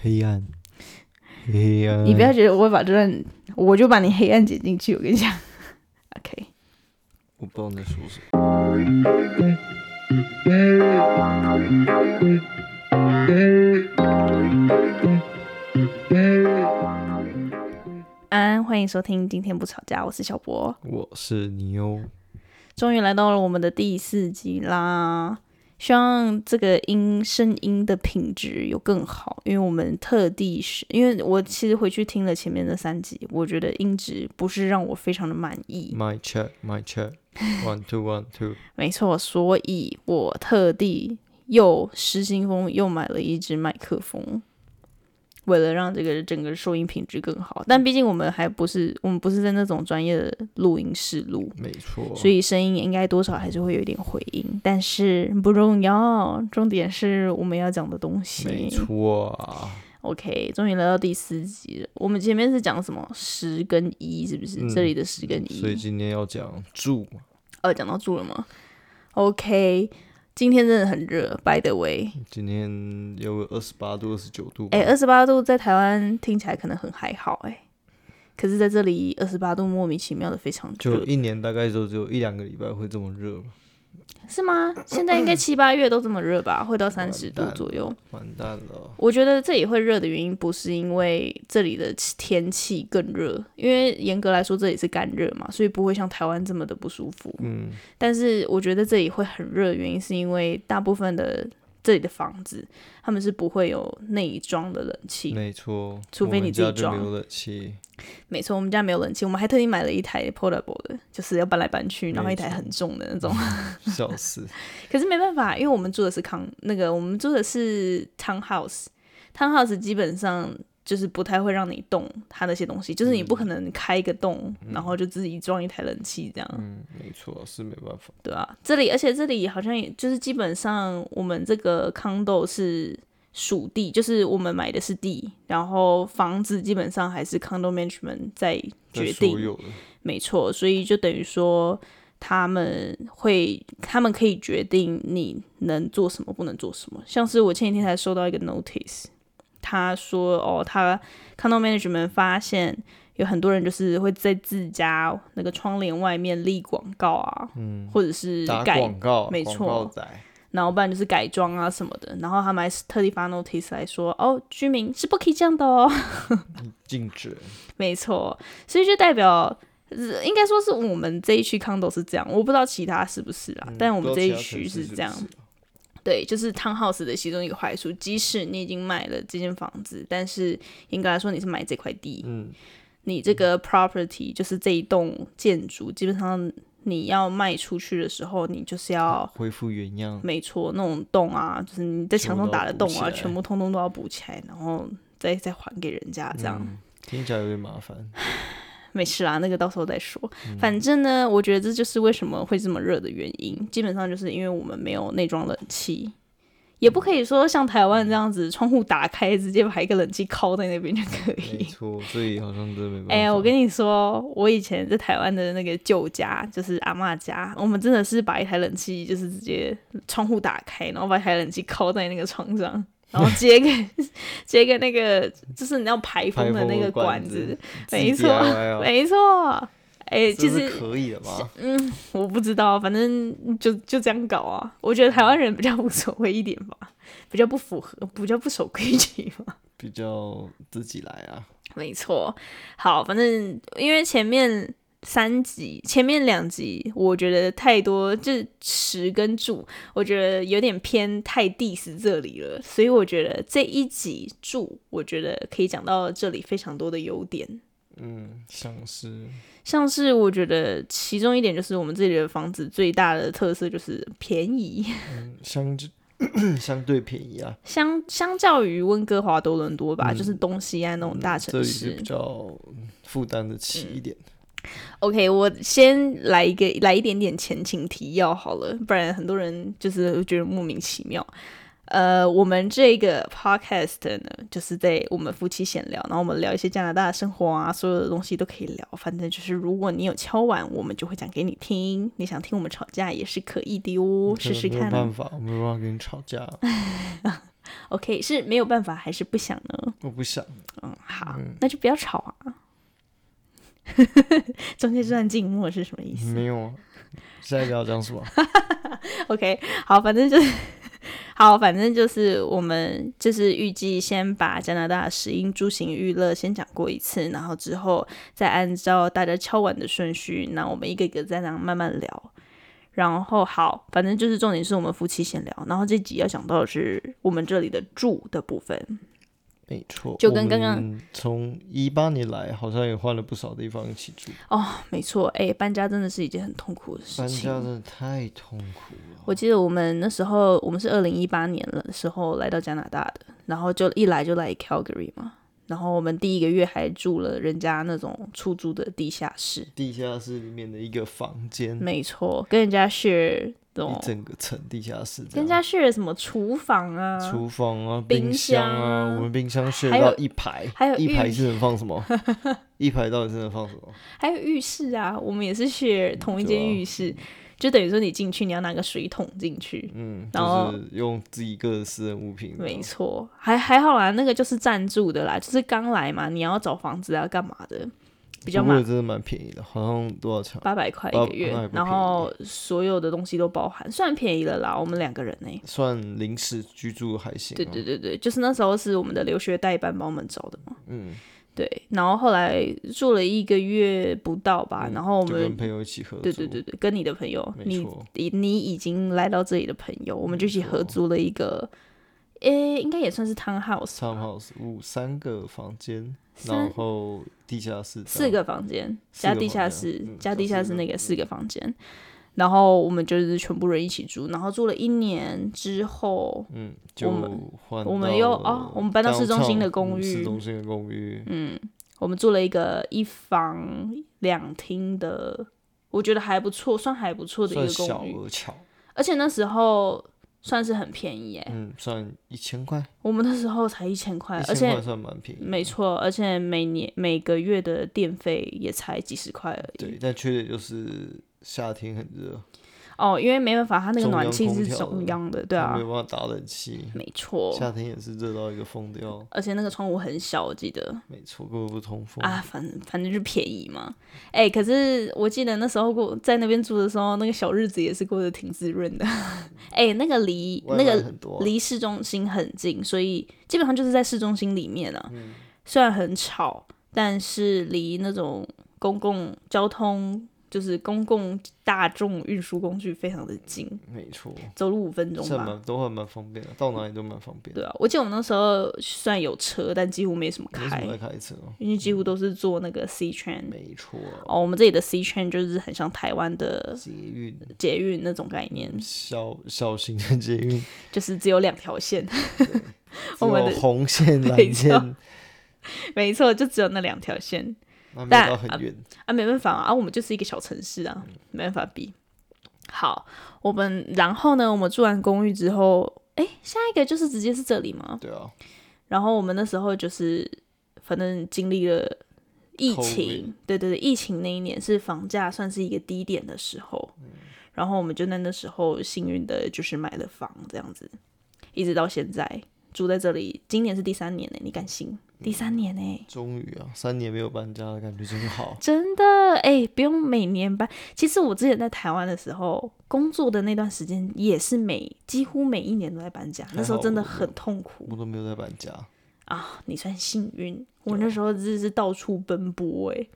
黑暗，黑暗。你不要觉得我会把这段，我就把你黑暗剪进去。我跟你讲，OK，我不知道你在说什么。安安，欢迎收听，今天不吵架，我是小博。我是牛，终于来到了我们的第四集啦！希望这个音声音的品质有更好，因为我们特地是，因为我其实回去听了前面的三集，我觉得音质不是让我非常的满意。 my check my check one two one two，没错，所以我特地又失心疯又买了一支麦克风，为了让这个整个收音品质更好。但毕竟我们还不是，我们不是在那种专业的录音室录，没错。所以声音应该多少还是会有一点回音，但是不重要，重点是我们要讲的东没西。错啊， OK，终于来到第四集了。我们前面是讲什么十跟一，是不是？嗯这里的十跟所以一，今天要讲住嘛，哦，讲到住了吗？OK，今天真的很热，by the way，今天有二十八度、二十九度吧。哎，二十八度在台湾听起来可能很还好、诶，哎，可是在这里二十八度莫名其妙的非常就热，一年大概就只有一两个礼拜会这么热嘛，是吗？现在应该七八月都这么热吧，会到三十度完蛋左右。完蛋了。我觉得这里会热的原因不是因为这里的天气更热，因为严格来说这里是干热嘛，所以不会像台湾这么的不舒服。嗯，但是我觉得这里会很热的原因是因为大部分的这里的房子他们是不会有内装的冷气。没错，除非你自己我们家就装没有冷气，没错，我们家没有冷气，我们还特地买了一台 portable 的，就是要搬来搬去，没错然后一台很重的那种。笑死。可是没办法，因为我们住的是康那个，我们住的是 townhouse。townhouse 基本上就是不太会让你动它那些东西，就是你不可能开一个洞，然后就自己装一台冷气这样，嗯，没错，是没办法。对吧、啊？这里而且这里好像也就是基本上我们这个 condo 是属地，就是我们买的是地，然后房子基本上还是 condo management 在在决所定，有的没错，所以就等于说他们会，他们可以决定你能做什么，不能做什么。像是我前几天才收到一个 notice，他说哦，他 condo management 发现有很多人就是会在自家那个窗帘外面立广告啊，嗯，或者是打改广告，没广告错仔然后不然就是改装啊什么的，然后他们还特地发 notice 来说，哦，居民是不可以这样的哦，禁止。没错，所以就代表，呃应该说是我们这一区 condo 是这样，我不知道其他是不是啦，嗯但我不们知这道其他一区城市是不这样。对，就是 townhouse 的其中一个坏处，即使你已经买了这间房子，但是严格来说你是买这块地，嗯，你这个 property 就是这一栋建筑，基本上你要卖出去的时候，你就是要啊恢复原样。没错，那种洞啊，就是你在墙上打的洞全部都要啊，补起来全部通通都要补起来，然后再再还给人家这样。嗯听起来有点麻 烦。没事啦，那个到时候再说。嗯反正呢，我觉得这就是为什么会这么热的原因，基本上就是因为我们没有内装冷气，也不可以说像台湾这样子，窗户打开直接把一个冷气靠在那边就可没以。错，所以好像真的没办法。哎、我跟你说，我以前在台湾的那个旧家，就是阿嬷家，我们真的是把一台冷气就是直接窗户打开，然后把一台冷气靠在那个床上，然后接个 接个那个就是你知道排排风的那个管子，，自没己错 DIY 啊没错。哎、这其是实可以的吧？嗯我不知道，反正就就这样搞啊。我觉得台湾人比较无所谓一点吧，比较不符合，比较不守规矩嘛。 比较自己来啊。没错，好，反正因为前面三集、前面两集，我觉得太多，就是十跟住，我觉得有点偏太 diss 这里了，所以我觉得这一集住，我觉得可以讲到这里非常多的优点。嗯，像是像是我觉得其中一点就是我们这里的房子最大的特色就是便宜，嗯相之相对便宜啊，相相较于温哥华、多伦多吧，嗯就是东西啊岸那种大这城里是市。比较负担得起嗯一点。 OK，我先来一个来一点点前情提要好了，不然很多人就是会觉得莫名其妙。呃，我们这个 podcast 呢，就是在我们夫妻闲聊，然后我们聊一些加拿大的生活啊，所有的东西都可以聊。反正就是，如果你有敲碗，我们就会讲给你听。你想听我们吵架也是可以的哦，可试能试没有看啊。 办法，我没有办法跟你吵架。 OK，是没有办法还是不想呢？我不想，嗯，好，那就不要吵啊。 中间这段静默是什么意思没有啊。下一个要讲什 么？ ？OK，好，反正就是。 好，反正就是我们就是预计先把加拿大的食音住行娱乐先讲过一次，然后之后再按照大家敲碗的顺序，那我们一个一个再这样慢慢聊。然后好，反正就是重点是我们夫妻闲聊，然后这集要讲到的是我们这里的住的部分。没错，就跟刚刚我们从一八年来，好像也换了不少地方一起住。没错，哎、搬家真的是一件很痛苦的事搬家真情。的太痛苦了。我记得我们那时候，我们是二零一八年的时候来到加拿大的，然后就一来就来 Calgary 嘛，然后我们第一个月还住了人家那种出租的地下室，地下室里面的一个房间，没错，跟人家 share 那种嗯一，整个层地下室这跟人样，家 share 什么厨房啊，厨房啊、冰冰箱箱啊啊，我们冰箱是还有到一排，还有一排浴是能放什 么？一排到底是能放什么？还有浴室啊，我们也是 share 同一间对啊浴室，就等于说你进去你要拿个水桶进去，嗯，然后就是用自己个人私人物品，没错，还还好啦，那个就是暂住的啦，就是刚来嘛，你要找房子啊，干嘛的，比较不过麻真的蛮便宜的，好像多少钱啊？八百块一个八那也月，不然便宜后所有的东西都包含，算便宜了啦，我们两个人呢、算临时居住还行、啊。对对对对，就是那时候是我们的留学代办帮我们找的嘛，嗯，对，然后后来住了一个月不到吧，嗯然后我就们跟朋友一起合租。对对对对，跟你的朋友，没你错你你已经来到这里的朋友，我们就一起没错合租了一个，诶、应该也算是 townhouse， ，townhouse 五三个房间，三然后地下室这四样个房间啊四加个地房下间室嗯加加地下四室个那个四个房间，然后我们就是全部人一起住，然后住了一年之后，嗯，就们换我们又哦我们搬到市中心的 downtown，公嗯寓市中心的公寓，嗯，我们住了一个一房两厅的，我觉得还不错，算还不错的算一个小公寓，而巧，而且那时候算是很便宜耶，嗯，算一千块，我们那时候才一千块，哎而一千且嗯块算蛮便宜的，没错，而且每年每个月的电费也才几十块而已。对，但缺点就是夏天很热，哦，因为没办法，它那个中暖央气空是调中的央的，对啊没，有办法打冷气，没错。夏天也是热到一个疯掉，而且那个窗户很小，我记得没错，根本不通风，啊，反反正就便宜嘛。哎、可是我记得那时候过在那边住的时候，那个小日子也是过得挺滋润的。 哎、那个离外那卖个很多啊，离市中心很近，所以基本上就是在市中心里面啊。嗯虽然很吵，但是离那种公共交通就是公共大众运输工具非常的近，没错，走路五分钟这吧。蛮都还蛮方便的，到哪里都蛮方便的，对啊，我记得我们那时候虽然有车，但几乎没什么没开什，么在开车哦，因为几乎都是坐那个 C train。没错，哦，我们这里的 C train 就是很像台湾的捷运。捷运那种概念，小小型的捷运，就是只有两条线，只我们有的红线、 没蓝错线，没错，就只有那两条线那没但有到很远，啊，没办法啊，啊我们就是一个小城市啊，没办法比。好，我们然后呢，我们住完公寓之后，哎，下一个就是直接是这里吗？对啊，然后我们那时候就是，反正经历了疫情，对对对，疫情那一年是房价算是一个低点的时候，然后我们就在那时候幸运的就是买了房，这样子，一直到现在住在这里，今年是第三年呢，你敢信？第三年呢、。终于啊，三年没有搬家的感觉真好真的哎、不用每年搬。其实我之前在台湾的时候，工作的那段时间也是每几乎每一年都在搬家，那时候真的很痛苦。我都没有在搬家，啊，你算幸运。我那时候真的是到处奔波哎、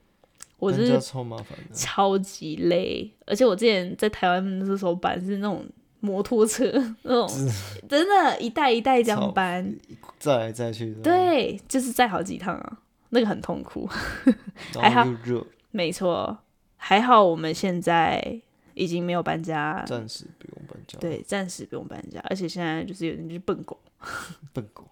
我搬就家是超麻烦的，超级累，而且我之前在台湾的时候搬是那种摩托车 那种，真的，一代一代这样超搬，再来再去的，对，就是载好几趟啊，那个很痛苦。 还然好后又热，没错，还好我们现在已经没有搬家，暂时不用搬家。，呃对，暂时不用搬家，而且现在就是有点就是笨狗。笨狗，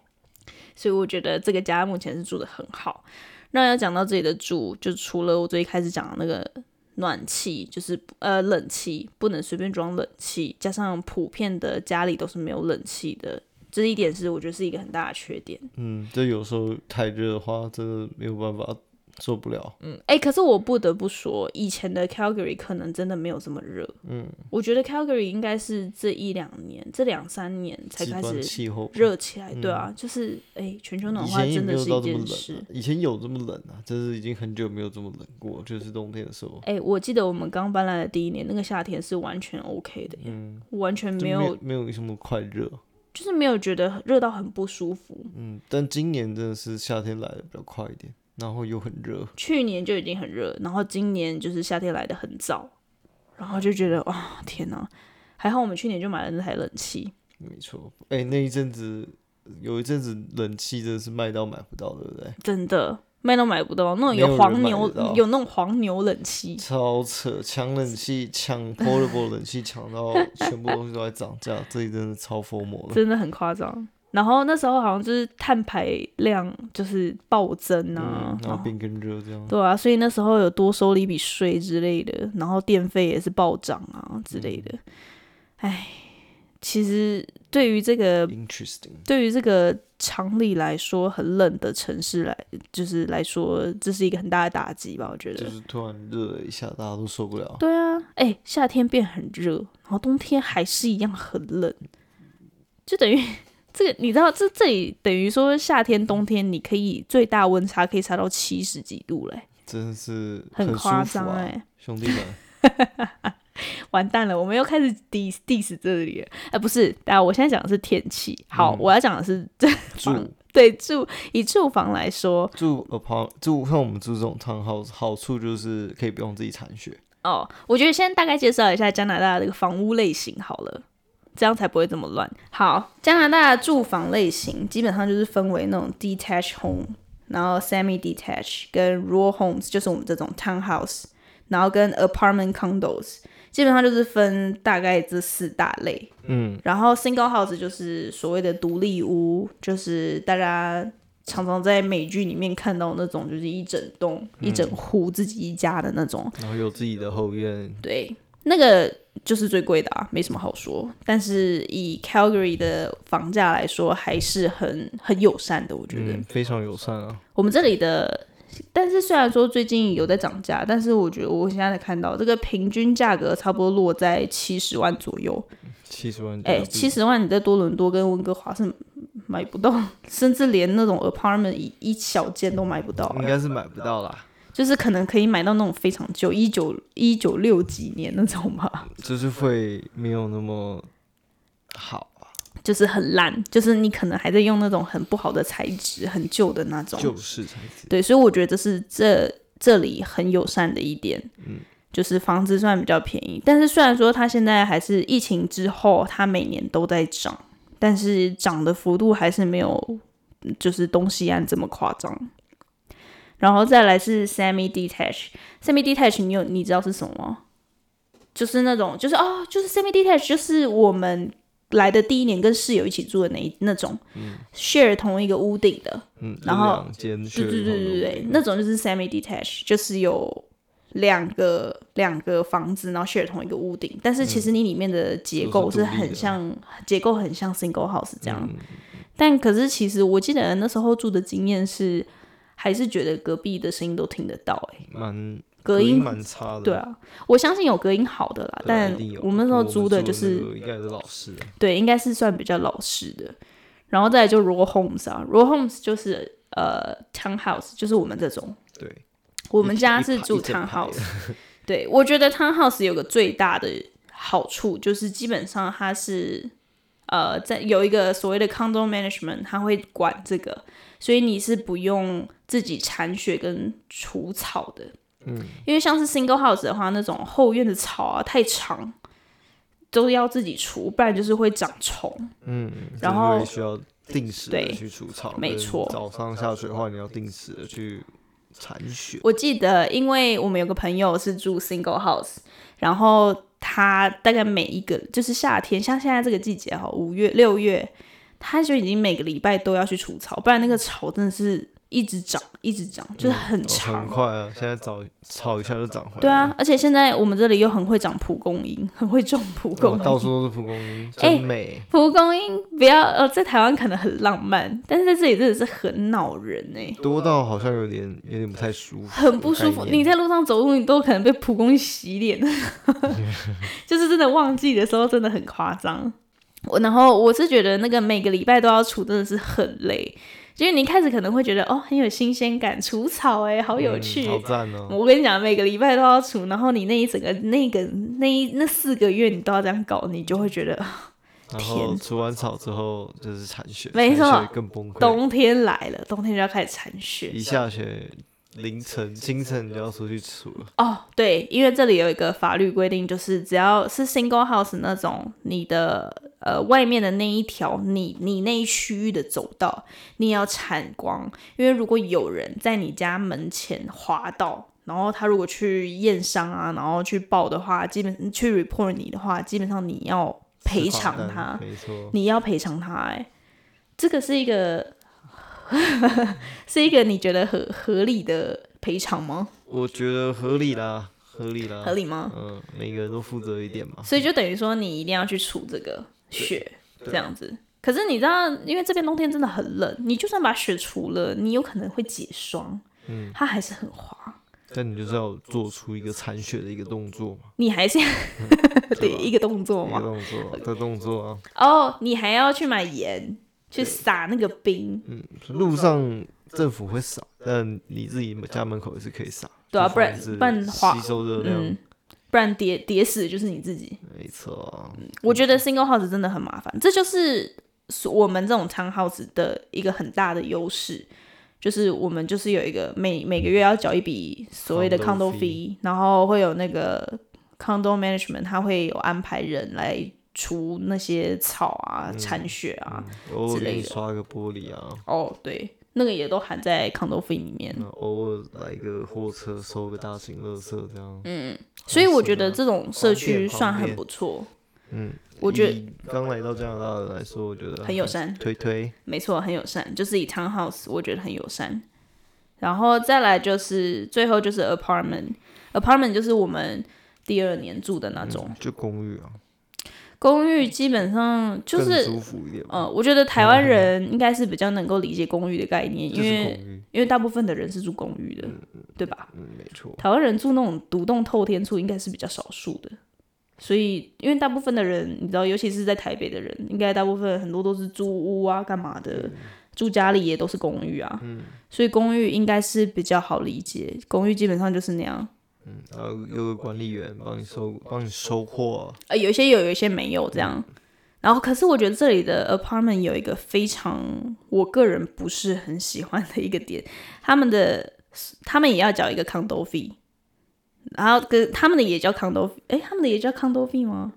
所以我觉得这个家目前是住的很好。那要讲到这里的住，就除了我最一开始讲的那个暖气，就是呃冷气不能随便装冷气，加上普遍的家里都是没有冷气的，这一点是我觉得是一个很大的缺点。嗯，就有时候太热的话，真的没有办法做不了。嗯，哎、可是我不得不说，以前的 Calgary 可能真的没有这么热。嗯，我觉得 Calgary 应该是这一两年、这两三年才极开端始气候，热起来，对啊，就是哎、全球暖以化前也真没的有是到一这么件冷、事啊。，以前有这么冷啊，就是已经很久没有这么冷过，就是冬天的时候，哎、我记得我们刚搬来的第一年，那个夏天是完全 OK 的耶，嗯，完全就没没有，没有什么快热，就是没有觉得热到很不舒服。嗯，但今年真的是夏天来的比较快一点，然后又很热，去年就已经很热，然后今年就是夏天来的很早，然后就觉得哇、天哪！还好我们去年就买了那台冷气，没错。哎、那一阵子有一阵子冷气真的是卖到买不到，对不对？真的卖都买不到，那种有没有人黄买牛得到有那种黄牛冷气，超扯，抢冷气， 抢 portable 冷气，抢到全部东西都在涨价，这里真的超疯魔了。真的很夸张。然后那时候好像就是碳排量就是暴增啊嗯，，然然后后变更热这样。对啊，所以那时候有多收了一笔税之类的，然后电费也是暴涨啊之类的。哎，其实对于这个 Interesting，对于这个常理来说很冷的城市来，就是来说，这是一个很大的打击吧？我觉就得。是突然热了一下，大家都受不了。对啊，哎、夏天变很热，然后冬天还是一样很冷，就等于 这个，你知道，这这里等于说夏天、冬天，你可以最大温差可以差到七十几度嘞、真的是很舒服夸张啊哎、兄弟 们，完蛋了，我们又开始 diss diss 这里了。哎、不是，大家，我现在讲的是天气。好，嗯我要讲的是住对住以住房来说，住 apart 住像我们住这种 townhouse，好处就是可以不用自己铲雪。哦，我觉得先大概介绍一下加拿大的这个房屋类型好了，这样才不会这么乱。好，加拿大的住房类型基本上就是分为那种 detached home，然后 semi detached 跟 raw homes，就是我们这种 townhouse，然后跟 apartment condos，基本上就是分大概这四大类。嗯，然后 single house 就是所谓的独立屋，就是大家常常在美剧里面看到那种，就是一整栋、一整户自己一家的那种。然后有自己的后院，对，那个就是最贵的啊，没什么好说。但是以 Calgary 的房价来说，还是很很友善的，我觉得。嗯，非常友善啊。我们这里的，但是虽然说最近有在涨价，但是我觉得我现在才看到这个平均价格差不多落在七十万左右。七十万加哎、币，七十万你在多伦多跟温哥华是买不到，甚至连那种 apartment 一一小间都买不到、啊应该是买不到啦，就是可能可以买到那种非常旧，一九一九六几年那种吧， 就是会没有那么好啊，就是很烂，就是你可能还在用那种很不好的材质、很旧的那种。就是才子。对，所以我觉得这是这这里很友善的一点，嗯，就是房子虽然比较便宜，但是虽然说它现在还是疫情之后，它每年都在涨，但是涨的幅度还是没有嗯就是东西岸这么夸张。然后再来是 semi detach，semi detach 你有你知道是什么吗？就是那种就是哦，就是 semi detach，就是我们来的第一年跟室友一起住的那一那种、share 同一个屋顶的，嗯，然后两间对对对对对，那种就是 semi detached，就是有两个两个房子，然后 share 同一个屋顶，但是其实你里面的结构嗯都是独立的嗯很像，结构很像 single house 这样。但可是其实我记得那时候住的经验是，还是觉得隔壁的声音都听得到、欸，哎，蛮隔音。蛮差的。对啊，我相信有隔音好的啦，对啊，但一定有我们那时候租的我们就是那个应该也是老式的，对，应该是算比较老式的。然后再来就 raw homes 啊，raw homes 就是呃 townhouse，就是我们这种，对，我们一家一是排住一整排 townhouse，对我觉得 townhouse 有个最大的好处就是基本上它是呃在有一个所谓的 condo management，它会管这个，所以你是不用自己铲雪跟除草的。嗯，因为像是 single house 的话，那种后院的草啊太长，都要自己除，不然就是会长虫。嗯，就然是会后需要定时的对去除草，没跟错早上下水的话，你要定时的去铲雪，我记得，因为我们有个朋友是住 single house，然后他大概每一个就是夏天，像现在这个季节哈，五月、六月，他就已经每个礼拜都要去除草，不然那个草真的是一直涨，一直涨，就是很长嗯很。快啊，现在找炒一下就涨回来。对啊，而且现在我们这里又很会长蒲公英，很会种蒲哦，公英。到处都是蒲公英，哎真美。蒲公英不要呃，在台湾可能很浪漫，但是在这里真的是很恼人哎、多到好像有点有点不太舒服，很不舒服。概你念在路上走路，你都可能被蒲公英洗 脸，就是真的忘记的时候，真的很夸张。我然后我是觉得那个每个礼拜都要除，真的是很累。就是你一开始可能会觉得哦很有新鲜感，除草哎、好有嗯趣。好赞哦！我跟你讲，每个礼拜都要除，然后你那一整个那个那一那四个月你都要这样搞，你就会觉得哦然后除完草之后就是铲雪，没错铲雪更崩溃。冬天来了，冬天就要开始铲雪。一下雪，凌晨清晨就要出去除了，哦，对，因为这里有一个法律规定，就是只要是 single house 那种，你的呃外面的那一条，你你那一区域的走道，你也要铲光，因为如果有人在你家门前滑倒，然后他如果去验伤啊，然后去报的话，基本去 report 你的话，基本上你要赔吃偿罚单他，没错，你要赔偿他、哎，这个是一个 是一个你觉得合合理的赔偿吗？我觉得合理啦，合理啦，合理吗？嗯，每个人都负责一点嘛。所以就等于说你一定要去除这个雪，这样子。可是你知道，因为这边冬天真的很冷，你就算把雪除了，你有可能会结霜，嗯，它还是很滑，但你就是要做出一个铲雪的一个动作嘛，你还是要 对一个动作嗯一个嘛。动作的动作啊。哦，你还要去买盐去撒那个冰，嗯路上政府会撒，但你自己家门口也是可以撒。对啊就不然防止不然滑吸收热量，嗯，不然跌跌死就是你自己。没错啊。我觉得 single house 真的很麻烦，这就是我们这种 town house 的一个很大的优势，就是我们就是有一个每每个月要缴一笔所谓的 Condo condo fee fee，然后会有那个 condo management，他会有安排人来除那些草啊、嗯铲雪啊。偶尔之给类你的刷个玻璃啊，哦，对，那个也都含在 condo fee 里面。那偶尔来个货车收个大型垃圾这样。嗯所以我觉得这种社方区便算方很便不错，嗯，我觉得以刚来到加拿大的来说，我觉得很友善。推推没错，很友善，就是以 townhouse 我觉得很友善。然后再来就是最后就是 apartment，apartment 就是我们第二年住的那种、就公寓啊，公寓，基本上就更是舒服一点嘛，呃，我觉得台湾人应该是比较能够理解公寓的概念，就因是为公寓，因为大部分的人是住公寓的，对吧？嗯，没错，台湾人住那种独栋透天处应该是比较少数的，所以因为大部分的人，你知道，尤其是在台北的人，应该大部分很多都是租屋啊，干嘛的，住家里也都是公寓啊，所以公寓应该是比较好理解，公寓基本上就是那样，嗯然后有个管理员帮你收，帮你收货啊，呃，有一些有，有一些没有这样。嗯然后，可是我觉得这里的 apartment 有一个非常我个人不是很喜欢的一个点，他们的他们也要缴一个 condo fee，然后跟他们的也叫 condo，哎，他们的也叫 condo fee 吗？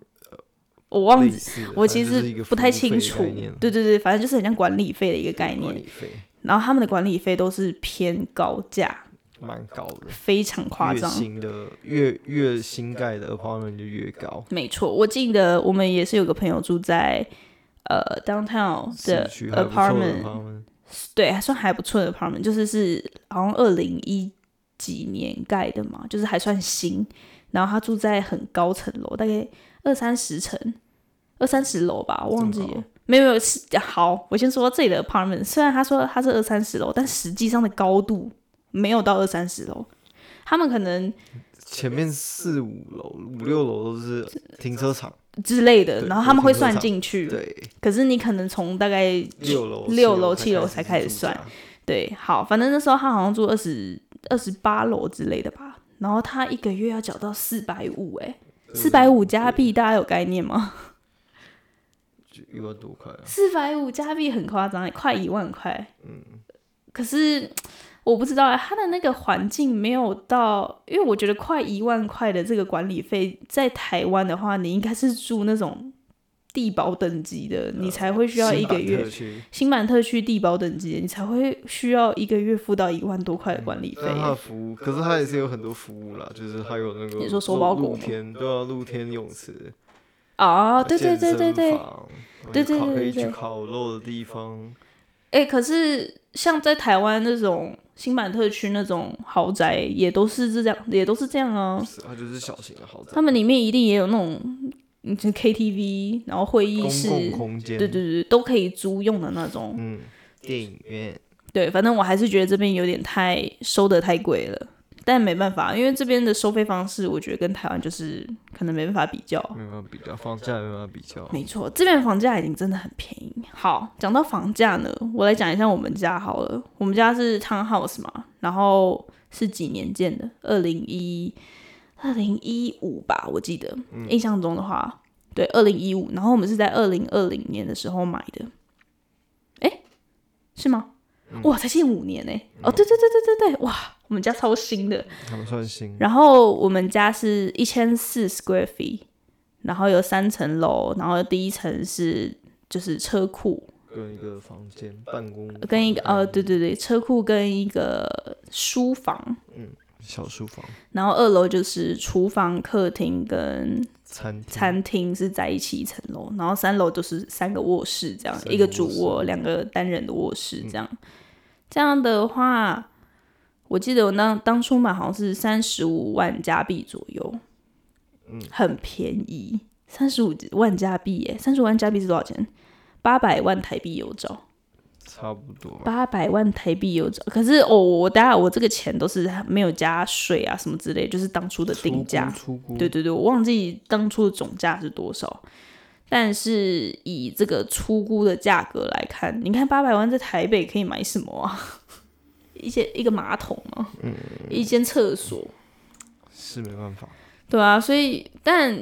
我忘类记，似的我反其正就是一实个不太服务费清的楚概念。对对对，反正就是很像管理费的一个概管念。理费然后他们的管理费都是偏高价，蛮高的，非常夸越张。新的越越新盖的 apartment 就越高，没错，我记得我们也是有个朋友住在呃 downtown 市的区还不错的 apartment， apartment，对，还算还不错的 apartment，就是是好像二零一几年盖的嘛，就是还算新。然后他住在很高层楼，大概二三十层，二三十楼吧，我忘记这么了高。没有没有是好，我先说这里的 apartment，虽然他说他是二三十楼，但实际上的高度没有到二三十楼。他们可能前面四五楼、五六楼都是停车场，之类的，对然后他们会有停车算场进去，对，可是你可能从大概六楼、六楼七七楼才开始住算家，对，好，反正那时候他好像住二十二十八楼之类的吧，然后他一个月要缴到四百五，哎，四百五加币，大家有概念吗？就一万多块啊。四百五加币很夸张、欸，快一万块。嗯，可是我不知道、欸，他的那个环境没有到，因为我觉得快一万块的这个管理费，在台湾的话，你应该是住那种地保等级的，你才会需要新一个版月特。区新版特区地保等级，你才会需要一个月付到一万多块的管理费但欸、它的服务，可是它也是有很多服务啦，就是它有那个你说收包裹露吗天对啊，露天泳池哦，对对对对健身对，房对对烤对可以对去对烤肉的地方，哎、可是像在台湾那种新版特区那种豪宅，也都是这样，也都是这样啊。是它就是小型的豪宅，他们里面一定也有那种嗯 KTV，然后会议公室，共空间，对对对，都可以租用的那种。嗯，电影院对，反正我还是觉得这边有点太收的太贵了，但没办法，因为这边的收费方式，我觉得跟台湾就是可能没办法比较。没办法比较，房价没办法比较。没错，这边的房价已经真的很便宜。好，讲到房价呢，我来讲一下我们家好了。我们家是 townhouse 嘛，然后是几年建的？二零一二零一五吧，我记得、印象中的话，对，二零一五。然后我们是在二零二零年的时候买的，哎，是吗？哇，才建五年呢、哦，对对对对对对，哇，我们家超新的。他们算新，然后我们家是一千四 square feet，然后有三层楼，然后第一层是就是车库跟一个房间办公房，跟一个呃对对对车库跟一个书房，小书房、然后二楼就是厨房、客厅跟餐厅、餐厅是在一起一层楼，然后三楼就是三个卧室这样三，个一个主卧卧，室嗯两个单人的卧室这样。这样的话，我记得我那当初买好像是三十五万加币左右，嗯，很便宜，三十五万加币耶，三十万加币是多少钱？八百万台币有找，差不多吧。八百万台币有找。可是哦，我当然我这个钱都是没有加税啊什么之类，就是当初的定价。出估，对对对，我忘记当初的总价是多少，但是以这个出估的价格来看，你看八百万在台北可以买什么啊？一些一个马桶啊，一间厕所，是没办法。对啊，所以但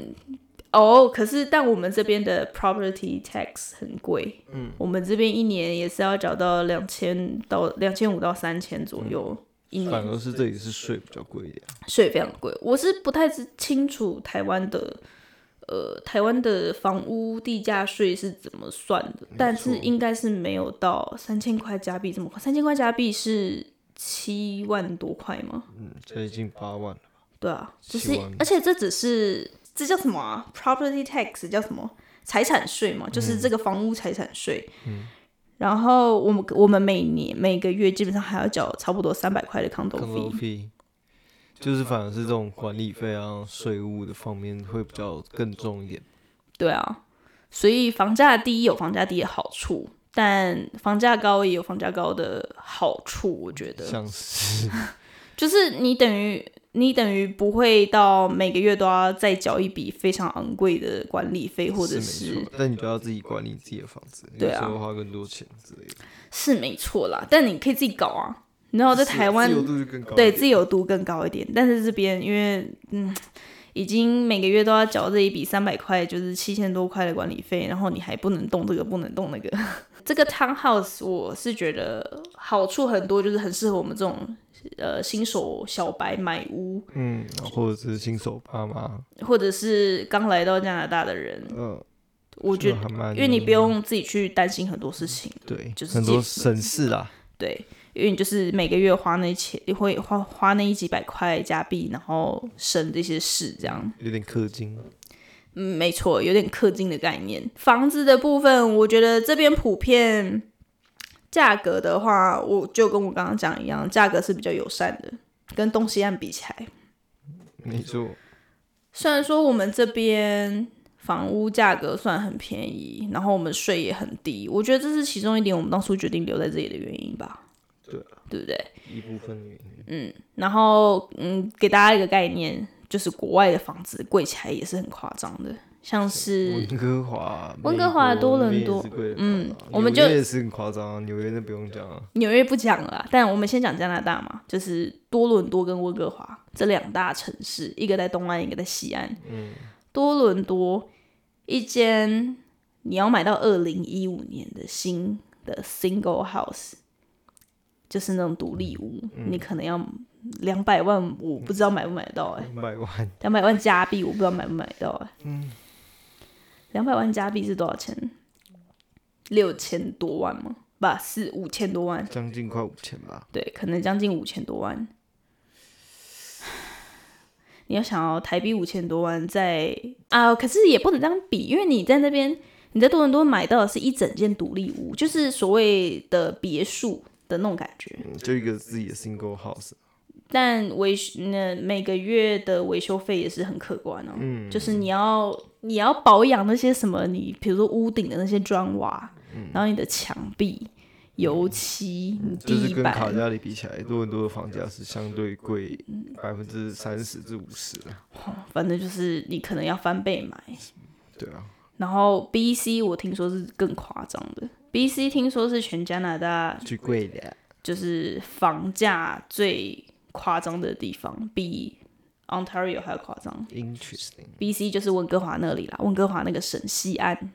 哦，可是但我们这边的 property tax 很贵，嗯，我们这边一年也是要缴到两千到两千五到三千左右。一年。反而是这里是税比较贵一点，税非常贵。我是不太知清楚台湾的，呃，台湾的房屋地价税是怎么算的，但是应该是没有到三千块加币这么快。三千块加币是七万多块吗？嗯，接近八万了，对啊，就是7万，而且这只是这叫什么啊？Property tax 叫什么？财产税嘛，就是这个房屋财产税。嗯。然后我们我们每年每个月基本上还要缴差不多三百块的 condo 更 low。fee fee，就是反而是这种管理费啊、税务的方面会比较更重一点。对啊，所以房价低有房价低的好处，但房价高也有房价高的好处。我觉得，像是就是你等于你等于不会到每个月都要再缴一笔非常昂贵的管理费， 或者是是没错，但你就要自己管理自己的房子，有对啊时候花更多钱之类的。是没错啦。但你可以自己搞啊，你知道在自台湾自由度就更高一对点，自由度更高一点，但是这边因为嗯，已经每个月都要缴这一笔三百块，就是七千多块的管理费，然后你还不能动这个，不能动那个。 这个 townhouse 我是觉得好处很多，就是很适合我们这种呃新手小白买屋，嗯，或者是新手爸妈，或者是刚来到加拿大的人，嗯，我觉就得。还蛮因为你不用自己去担心很多事情，对，就是很多借省事啦，对，因为你就是每个月花那钱，你会花花那一几百块加币，然后省这些事这样。有点氪金，嗯，没错，有点氪金的概念。房子的部分，我觉得这边普遍价格的话，我就跟我刚刚讲一样，价格是比较友善的，跟东西岸比起来。没 错，虽然说我们这边房屋价格算很便宜，然后我们税也很低，我觉得这是其中一点我们当初决定留在这里的原因吧。对，对不对？嗯一部分原因。然后嗯，给大家一个概念，就是国外的房子贵起来也是很夸张的，像是温哥华，温哥华美多国那伦边也多是贵的嗯吧我们纽约就也是很夸张啊，纽约那不用讲啊，纽约不讲了啦，但我们先讲加拿大嘛，就是多伦多跟温哥华这两大城市，一个在东岸，一个在西岸。嗯，多伦多一间你要买到二零一五年的新的 single house，就是那种独立屋，你可能要两百万，我不知道买不买得到哎、两百万两百万加币，我不知道买不买得到哎、嗯，两百万加币是多少钱？六千多万吗？吧，是五千多万，将近快五千吧，对，可能将近五千多万。 你要想哦，台币五千多万在啊，可是也不能这样比，因为你在那边，你在多伦多买到的是一整间独立屋，就是所谓的别墅的那种感觉。嗯就一个自己的 single house，但维修那每个月的维修费也是很可观哦。嗯，就是你要你要保养那些什么你，比如说屋顶的那些砖瓦，嗯然后你的墙壁、油漆、你就是地跟卡板，加里比起来，多伦多的房价是相对贵百分之三十至五十的，反正就是你可能要翻倍买。对啊，然后 B C 我听说是更夸张的，B C 听说是全加拿大最贵的。就是房价最夸张的地方，比 Ontario 还要夸张。 Interesting， B.C. 就是温哥华那里啦，温哥华那个省西安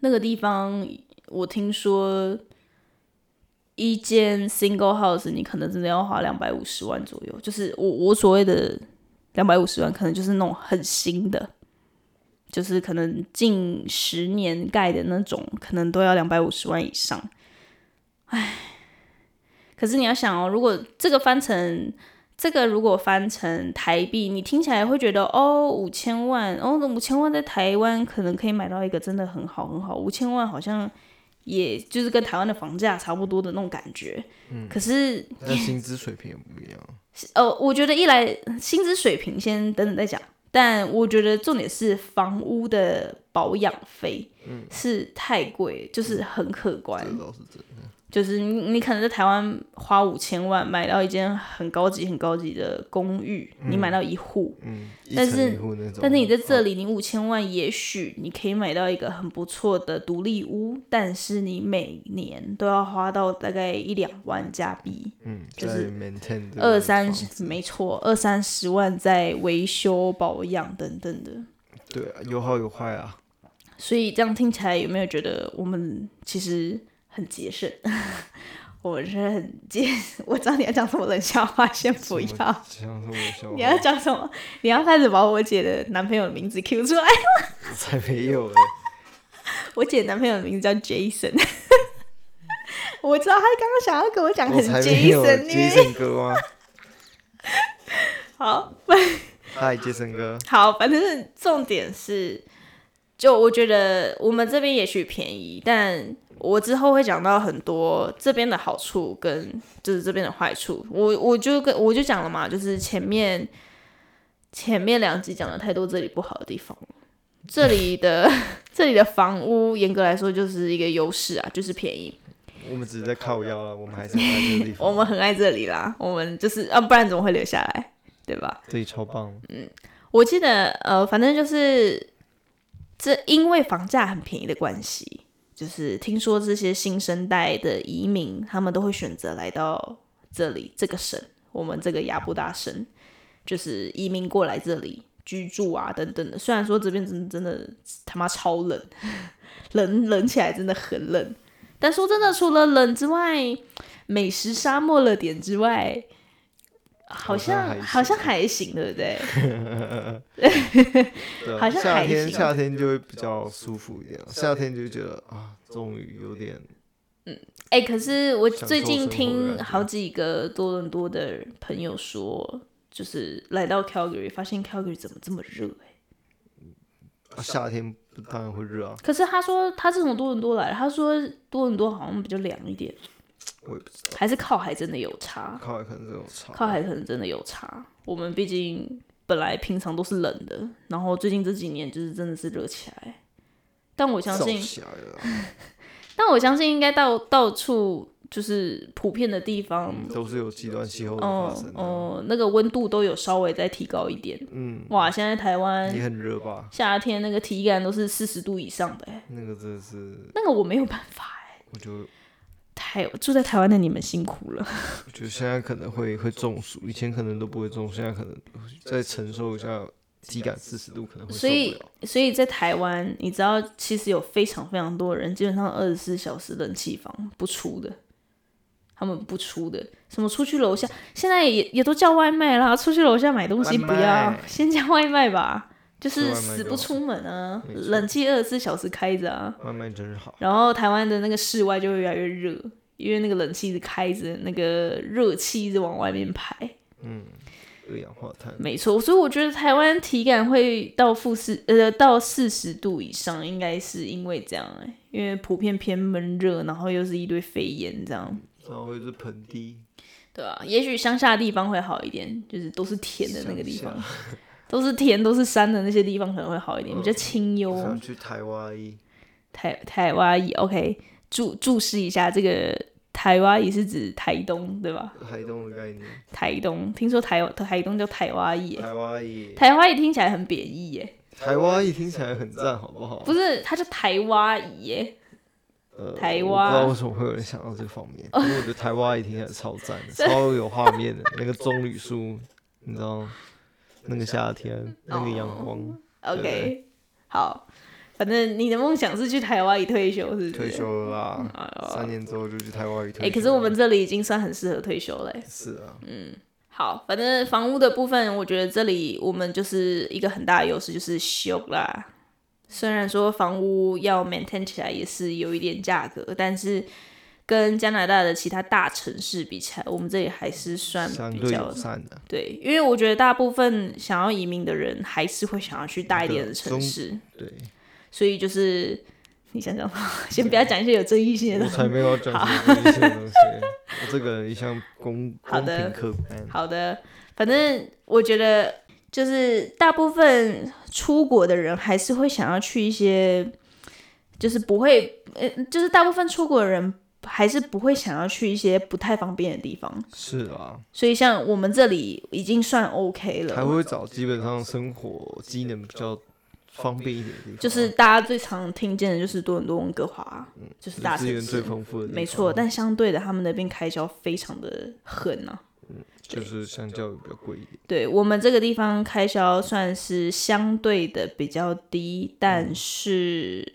那个地方，我听说一间 single house 你可能真的要花两百五十万左右，就是我我所谓的两百五十万，可能就是那种很新的，就是可能近十年盖的那种，可能都要两百五十万以上。唉，可是你要想哦，如果这个翻成这个如果翻成台币，你听起来会觉得哦，五千万，哦，五千万在台湾可能可以买到一个真的很好很好，五千万好像也就是跟台湾的房价差不多的那种感觉。嗯、可是但薪资水平也不一样。呃，我觉得一来薪资水平先等等再讲，但我觉得重点是房屋的保养费，是太贵，就是很可观。这倒是真的。就是你你可能在台湾花五千万买到一间很高级很高级的公寓，你买到一户，嗯，一但层是一户那种但是你在这里，你五千万，也许你可以买到一个很不错的独立屋，但是你每年都要花到大概一两万加币，嗯，就在是 maintain 这个二三房十，子没错，二三十万在维修保养等等的。对啊，有好有坏啊。所以这样听起来有没有觉得我们其实很节省？ 我是很节，我知道你要讲什么冷笑话，先不什么要。嗯像是我的笑你要话，讲什么？你要开始把我姐的男朋友的名字 Q 出来。 才没有嘞。我姐的男朋友的名字叫 Jason。我知道她刚刚想要跟我讲我很才没有 Jason，因为 Jason 哥吗？好，嗨，Jason 哥，好，反正重点是，就我觉得我们这边也许便宜，但我之后会讲到很多这边的好处跟就是这边的坏处。我我就跟我就讲了嘛，就是前面前面两集讲了太多这里不好的地方了这里的 这里的房屋严格来说就是一个优势啊，就是便宜。我们只是在靠腰啊，我们还是在这个地方， 我们很爱这里啦，我们就是啊，不然怎么会留下来，对吧？这里超棒。我记得呃，反正就是这因为房价很便宜的关系，就是听说这些新生代的移民，他们都会选择来到这里这个省，我们这个亚布达省，就是移民过来这里居住啊等等的。虽然说这边真真的他妈超冷， 冷冷起来真的很冷，但说真的，除了冷之外，美食沙漠了点之外。好好像像还好像行啊还行，对不对？对啊好像夏还天行夏天就会比较舒服一点啊，夏天就觉得啊，终于有点哎、可是我享最受近生活听的感觉好几个多伦多的朋友说，就是来到 Calgary，发现 Calgary 怎么这么热、欸？啊夏天当然会热啊，可是他说他是从多伦多来的，他说多伦多好像比较凉一点，我也不知道，还是靠海真的有差，靠海可能这种差。靠海可能真的有差。我们毕竟本来平常都是冷的，然后最近这几年就是真的是热起来。但我相燥信，起来了啊，但我相信应该到到处就是普遍的地方，都是有极端气候的发哦生啊，哦，那个温度都有稍微再提高一点。嗯，哇，现在台湾也很热吧？夏天那个体感都是四十度以上的欸、那个真的是，那个我没有办法哎、我觉得台住在台湾的你们辛苦了。我觉得现在可能会会中暑，以前可能都不会中，暑，现在可能再承受一下体感四十度可能会受所以不了。所以在台湾，你知道，其实有非常非常多人，基本上二十四小时冷气房不出的，他们不出的，什么出去楼下，现在也也都叫外卖啦，出去楼下买东西外不卖要，先叫外卖吧，就吃是外卖死就不好出门啊，没错冷气二十四小时开着啊，慢慢真好，然后台湾的那个室外就会越来越热，因为那个冷气一直开着，那个热气一直往外面排。嗯，二氧化碳。没错，所以我觉得台湾体感会到负四呃到四十度以上，应该是因为这样、欸，因为普遍偏闷热，然后又是一堆肺炎这样，然后就是盆地，对啊，也许乡下的地方会好一点，就是都是田的那个地方乡， 都是田都是山的那些地方可能会好一点，比较清幽。想去台湾一台台湾也 OK，注注释一下，这个台湾也是指台东对吧？台东的概念，台东，听说台台东叫台湾野，台湾一，台湾也听起来很贬义耶。台湾一听起来很赞，好不好？不是，它叫台蛙姨耶，呃台我不知道湾为什么会有人想到这方 面，因为我觉得台湾一听起来超赞的，超有画面的，那个棕榈树，你知道吗，那个夏天，那个阳哦光， OK，好，反正你的梦想是去台湾一退休，是不是？退休了啦，三年之后就去台湾一哎、退休。可是我们这里已经算很适合退休了耶。是啊，好，反正房屋的部分，我觉得这里我们就是一个很大的优势，就是修啦。虽然说房屋要 maintain 起来也是有一点价格，但是跟加拿大的其他大城市比起来，我们这里还是算相比对较友善的，对，因为我觉得大部分想要移民的人还是会想要去大一点的城市，对，所以就是你想 想，先不要讲一些有争议性我的东 西。才没有讲什么危险的东西，我这个人一向公好公的平客观，好的，反正我觉得就是大部分出国的人还是会想要去一些，就是不会，呃，就是大部分出国的人还是不会想要去一些不太方便的地方，是啊，所以像我们这里已经算 OK 了，还会找基本上生活机能比较方便一点的地方，就是大家最常听见的就是多伦多、温哥华，就是大嗯资城源最市，丰富的地方，没错。但相对的，他们那边开销非常的狠啊。就是相较于比较贵一点，对我们这个地方开销算是相对的比较低，但嗯是、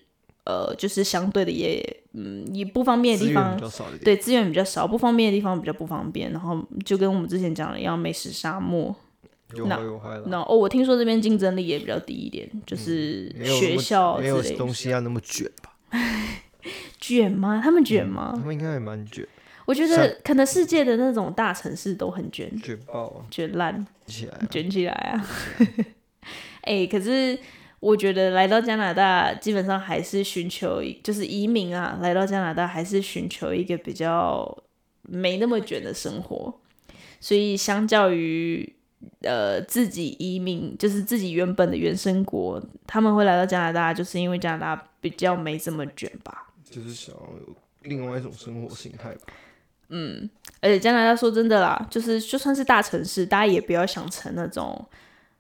呃，就是相对的也嗯也不方便的资地源方比，较少一点，对资源比较少，不方便的地方比较不方便。然后就跟我们之前讲的一样，美食沙漠。有好有坏啦，那哦，我听说这边竞争力也比较低一点，就是嗯没有那学么校没之有类的东西要那么卷吧，卷吗？他们卷吗？他们应该也蛮卷，我觉得可能世界的那种大城市都很卷，卷爆啊，卷烂，起来啊，卷起来啊！ 哎、可是我觉得来到加拿大，基本上还是寻求一，就是移民啊，来到加拿大还是寻求一个比较没那么卷的生活，所以相较于。呃，自己移民就是自己原本的原生国，他们会来到加拿大，就是因为加拿大比较没这么卷吧。就是想要有另外一种生活形态吧，而且加拿大说真的啦，就是就算是大城市，大家也不要想成那种，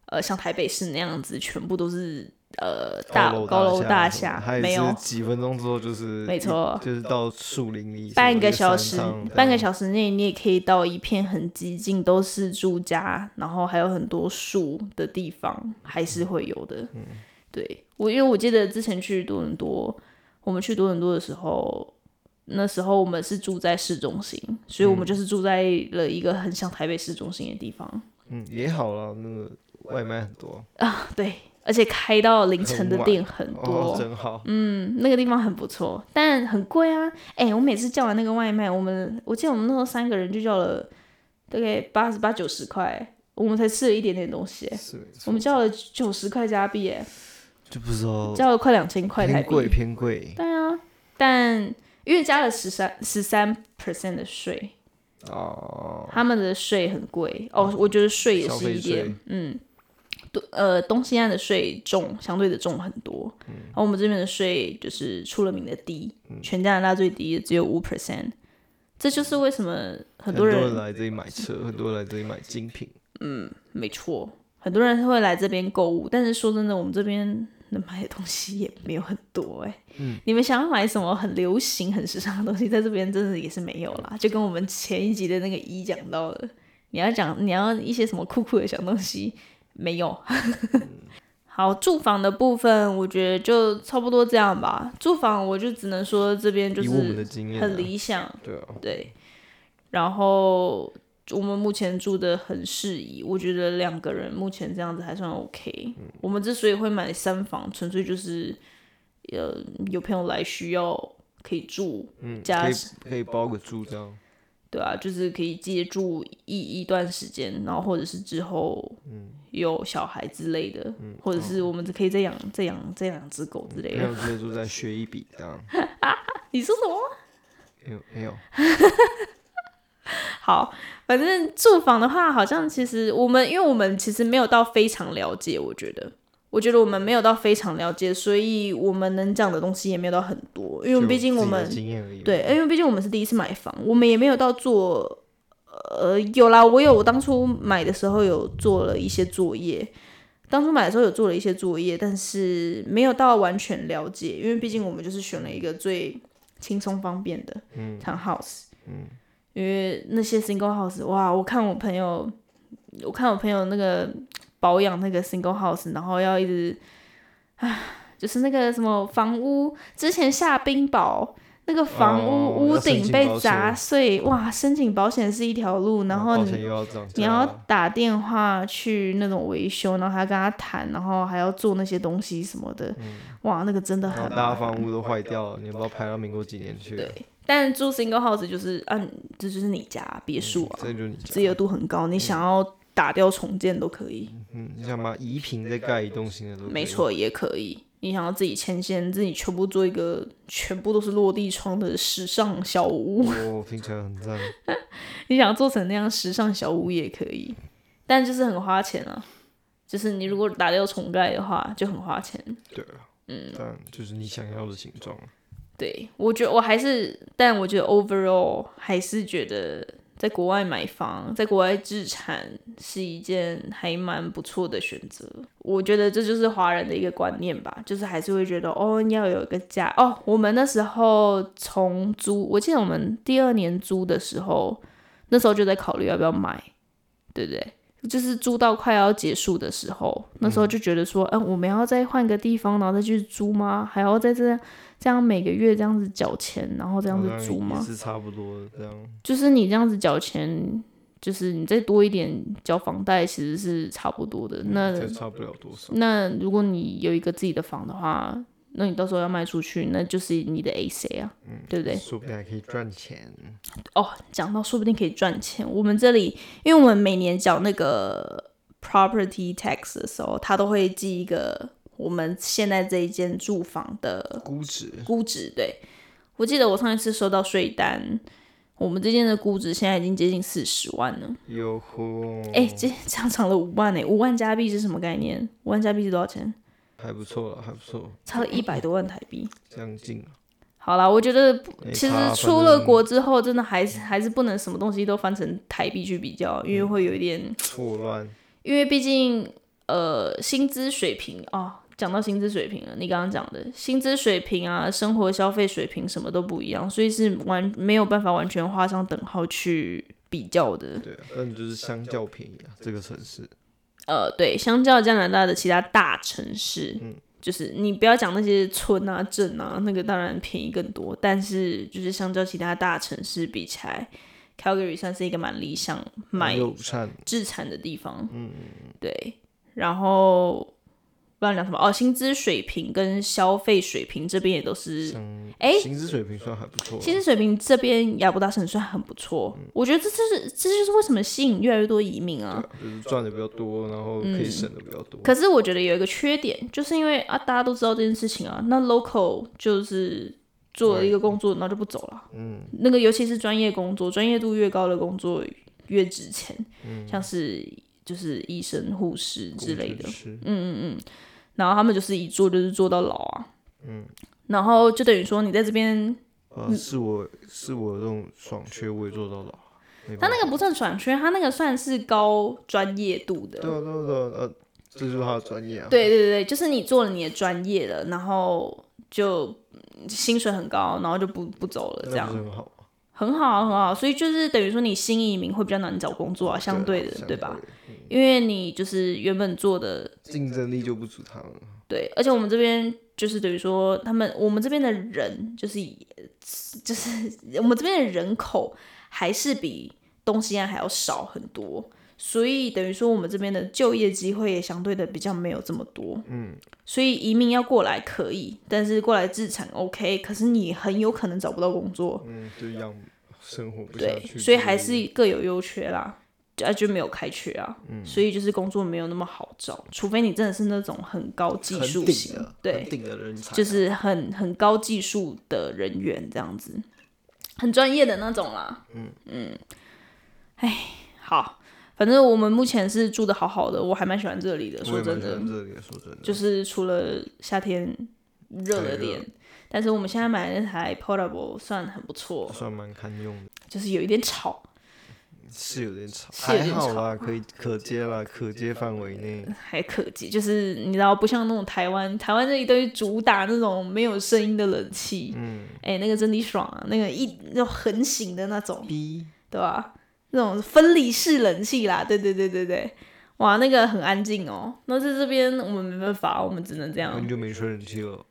呃，像台北市那样子，全部都是呃大高楼大什么厦的它，也没是有，几分钟之后就是没错就是到树林里半个小时，半个时小时内你也可以到一片很激进，都是住家，然后还有很多树的地方，还是会有的。嗯对我，因为我记得之前去多伦多，我们去多伦多的时候，那时候我们是住在市中心，所以我们就是住在了一个很像台北市中心的地方。嗯也好了，那个外卖很多，啊对，而且开到凌晨的店很多，哦真好，嗯，那个地方很不错，但很贵啊。哎、我每次叫完那个外卖，我们我记得我们那时候三个人就叫了大概八十八九十块，我们才吃了一点点东西、是没错我们叫了九十块加币、哎，就不知道叫了快两千块台偏贵币。偏贵对啊，但因为加了十三十三 percent 的税，哦，他们的税很贵哦，我觉得税也消是费一点税，嗯，对，呃，东西岸的税重，相对的重很多，嗯然后我们这边的税就是出了名的低，全加拿大最低的只有五 percent，这就是为什么很很多人来这里买 车，很多人来这里买精品，没错，很多人会来这边购物，但是说真的，我们这边能买的东西也没有很多哎、嗯你们想要买什么很流行、很时尚的东西，在这边真的也是没有啦。就跟我们前一集的那个一讲到的，你要讲你要一些什么酷酷的小东西，没有。 好，住房的部分我觉得就差不多这样吧。住房我就只能说这边就以我们是的经验啊，很理想，对啊，对，然后我们目前住的很适宜，我觉得两个人目前这样子还算 OK。我们之所以会买三房，纯粹就是呃有朋友来需要可以住，嗯，加可以可以包个住这样，对啊，就是可以借住一一段时间，然后或者是之后有小孩之类的，或者是我们可以再养、再养、再养只狗之类没的。有接住再学一笔这样，你说什么？没有没有，好，反正住房的话，好像其实我们，因为我们其实没有到非常了解，我觉得，我觉得我们没有到非常了解，所以我们能讲的东西也没有到很多， 因为毕竟就我自己的们经验而已嘛，对，因为毕竟我们是第一次买房，我们也没有到做，呃，有啦，我有，我当初买的时候有做了一些作业，当初买的时候有做了一些作业，但是没有到完全了解，因为毕竟我们就是选了一个最轻松方便的 townhouse，嗯，因为那些 single house，哇，我看我朋友，我看我朋友那个保养那个 single house，然后要一直，唉，就是那个什么房屋之前下冰雹。那个房屋、哦屋要申顶请被保砸险碎，哇！申请保险是一条路，然后保你险又要涨价你要打电话去那种维修，然后还要跟他谈，然后还要做那些东西什么的，哇，那个真的嗯然后很大家麻烦。房屋都坏掉了，你也不知道排到民国几年去了，对但住 single house 就是，啊，你这就是你家别墅啊，这就是你自家，由度很高，你想要打掉重建都可以，嗯，你想把移平再盖一栋新的都可以嗯没，错，也可以。你想要自己牵线，自己全部做一个全部都是落地窗的时尚小屋，哦，听起来很赞，你想做成那样时尚小屋也可以，但就是很花钱啊。就是你如果打掉重盖的话，就很花钱。对啊，嗯，但就是你想要的形状，啊对，我觉得我还是，但我觉得 overall 还是觉得在国外买房，在国外置产是一件还蛮不错的选择。我觉得这就是华人的一个观念吧，就是还是会觉得哦，要有一个家哦。我们那时候从租，我记得我们第二年租的时候，那时候就在考虑要不要买，对不对？就是租到快要结束的时候，那时候就觉得说，嗯、我们要再换个地方，然后再去租吗？还要在这样这样每个月这样子缴钱，然后这这样子租吗？是差不多的这样，就是你这样子缴钱，就是你再多一点缴房贷，其实是差不多的。那嗯这差不了多少，那如果你有一个自己的房的话，那你到时候要卖出去，那就是你的 A C 啊，对不对？说不定还可以赚钱，哦，讲到说不定可以赚钱。我们这里，因为我们每年缴那个 property tax 的时候，他都会记一个我们现在这一间住房的估值估值。对，我记得我上一次收到税单，我们这间的估值现在已经接近四十万了。哟呵，哎、这这样涨了五万呢、五万加币是什么概念？五万加币是多少钱？还不错了，还不错，差了一百多万台币。将近了，好啦，我觉得不没其实差出反了正国之后，真的还是还是不能什么东西都翻成台币去比较，因为会有一点，错乱，因为毕竟呃薪资水平哦，讲到薪资水平了，你刚刚讲的薪资水平啊，生活消费水平什么都不一样，所以是完没有办法完全画上等号去比较的。对啊，但就是相较便宜啊，这个城市，呃，对，相较加拿大的其他大城市，就是你不要讲那些村啊、镇啊，那个当然便宜更多，但是就是相较其他大城市比起来，Calgary 算是一个蛮理想买友善，制产的地方，嗯，对，然后不知道讲什么哦，薪资水平跟消费水平这边也都是，哎、薪资水平算还不错啊，薪资水平这边亚伯大省算很不错，我觉得这就是这就是为什么吸引越来越多移民啊，就是赚的比较多，然后可以省的比较多。可是我觉得有一个缺点，就是因为啊，大家都知道这件事情啊，那 local 就是做了一个工作，然后就不走了。嗯，那个尤其是专业工作，专业度越高的工作越值钱，像是就是医生、护士之类的。嗯吃然后他们就是一做就是做到老啊。嗯，然后就等于说你在这边，啊，是我是我这种爽缺，我也做到了。没他办法那个不算转圈，他那个算是高专业度的。对啊对啊对啊，呃，这就是他的专业啊。对对对，就是你做了你的专业了，然后就嗯薪水很高，然后就不不走了，那这样不是很好吗，很好啊，很好啊。所以就是等于说你新移民会比较难找工作啊，相对的，相对吧？？因为你就是原本做的，竞争力就不足他们了。对，而且我们这边就是等于说他们我们这边的人就是以就是我们这边的人口还是比东西岸还要少很多，所以等于说我们这边的就业机会也相对的比较没有这么多。嗯，所以移民要过来可以，但是过来自产 OK，可是你很有可能找不到工作。嗯，就养生活不下对去，，所以还是各有优缺啦，啊就没有开缺啊，嗯所以就是工作没有那么好找，除非你真的是那种很高技很术顶型的，，对很，顶的人才，就是很很高技术的人员这样子，很专业的那种啦。嗯嗯，哎，好，反正我们目前是住的好好的，我还蛮喜欢这里的。我说也真蛮喜的欢，这里的，说真的，就是除了夏天热太了热点，但是我们现在买的那台 Portable 算很不错，算蛮堪用的，就是有一点吵，是有点吵，是有还点好吵嗯啦，可以可接啦，可接范围内，还可及。就是你知道，不像那种台湾，台湾这里都是主打那种没有声音的冷气，嗯哎、那个真的爽啊，那个一那种横行的那种。 ，B 对吧、啊那种分离式冷气啦，对对对对对，哇，那个很安静哦。那在这边我们没办法，我们只能这样。很久没吹人气 了，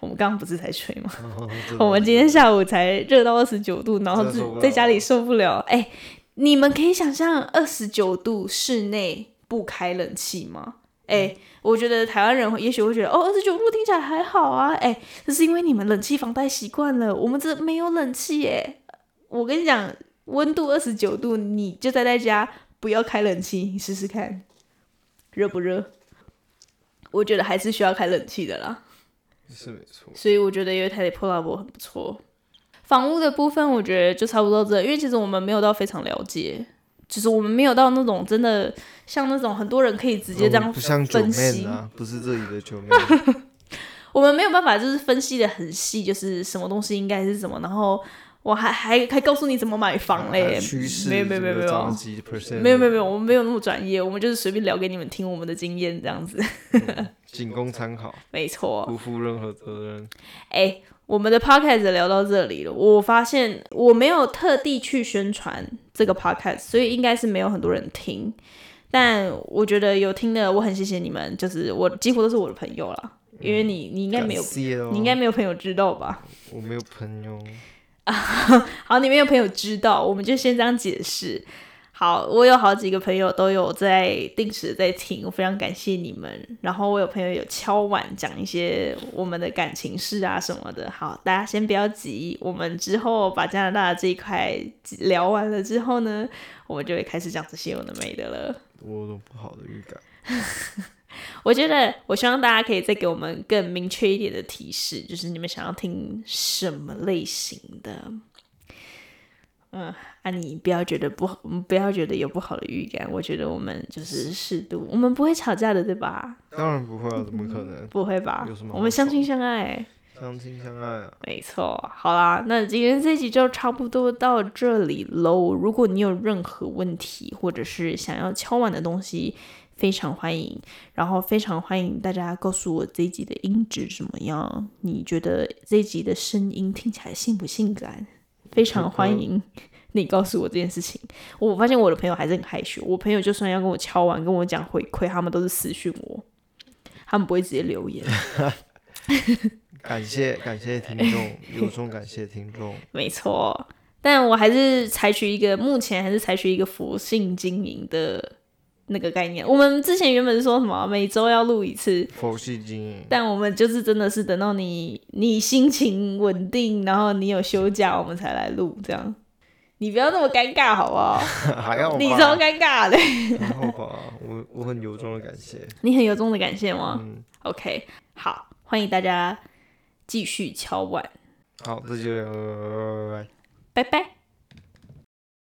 我们刚刚不是才吹吗？真的 我们今天下午才热到二十九度，然后真的自受不了在家里受不了。哎、你们可以想象二十九度室内不开冷气吗？哎、嗯我觉得台湾人会也许会觉得，哦，二十九度听起来还好啊。哎、这是因为你们冷气房贷习惯了，我们这没有冷气耶。我跟你讲，温度二十九度，你就待在家，不要开冷气，你试试看，热不热？我觉得还是需要开冷气的啦。是没错，所以我觉得有一台 Polabo 很不错。房屋的部分我觉得就差不多到这，因为其实我们没有到非常了解，就是我们没有到那种真的像那种很多人可以直接这我样哦不像九分析妹啊，不是这里的九妹，我们没有办法就是分析的很细，就是什么东西应该是什么，然后我还还还告诉你怎么买房嘞，啊趋势没有没有没有没有涨了几 percent，没有没有没有，我们没有那么专业，我们就是随便聊给你们听我们的经验这样子， 仅供参考，没错。不负任何责任，哎、我们的 podcast 聊到这里了，我发现我没有特地去宣传这个 podcast，所以应该是没有很多人听。但我觉得有听的，我很谢谢你们，就是我几乎都是我的朋友啦，因为你你应应该没有，有你应该没有朋友知道吧？哦我没有朋友，好，你没有朋友知道，我们就先这样解释。好，我有好几个朋友都有在定时地在听，我非常感谢你们。然后我有朋友有敲碗讲一些我们的感情事啊什么的。好，大家先不要急，我们之后把加拿大这一块聊完了之后呢，我们就会开始讲这些有的没的了。我有种不好的预感。我觉得，我希望大家可以再给我们更明确一点的提示，就是你们想要听什么类型的。嗯，啊，你不要觉得不好，嗯不要觉得有不好的预感。我觉得我们就是适度，我们不会吵架的，对吧？当然不会啊，怎么可能？不会吧有什么？好我们相吵亲相爱、相亲相爱啊，没错，好啦，那今天这集就差不多到这里喽。如果你有任何问题，或者是想要敲碗的东西，非常欢迎。然后非常欢迎大家告诉我这一集的音质怎么样，你觉得这一集的声音听起来性不性感？非常欢迎你告诉我这件事情。我发现我的朋友还是很害羞，我朋友就算要跟我敲碗，跟我讲回馈，他们都是私讯我，他们不会直接留言。感谢感谢听 众，由衷感谢听众。没错，但我还是采取一个目前还是采取一个佛性经营的那个概念。我们之前原本是说什么每周要录一次，佛系经 营，但我们就是真的是等到你你心情稳定，然后你有休假，我们才来录这样。你不要那么尴尬好不好？还要你超吧，尴尬的， 还好吧？我我很由衷的感谢。你很由衷的感谢吗、嗯， o k 好，欢迎大家继续敲碗，好，这就拜拜。拜拜。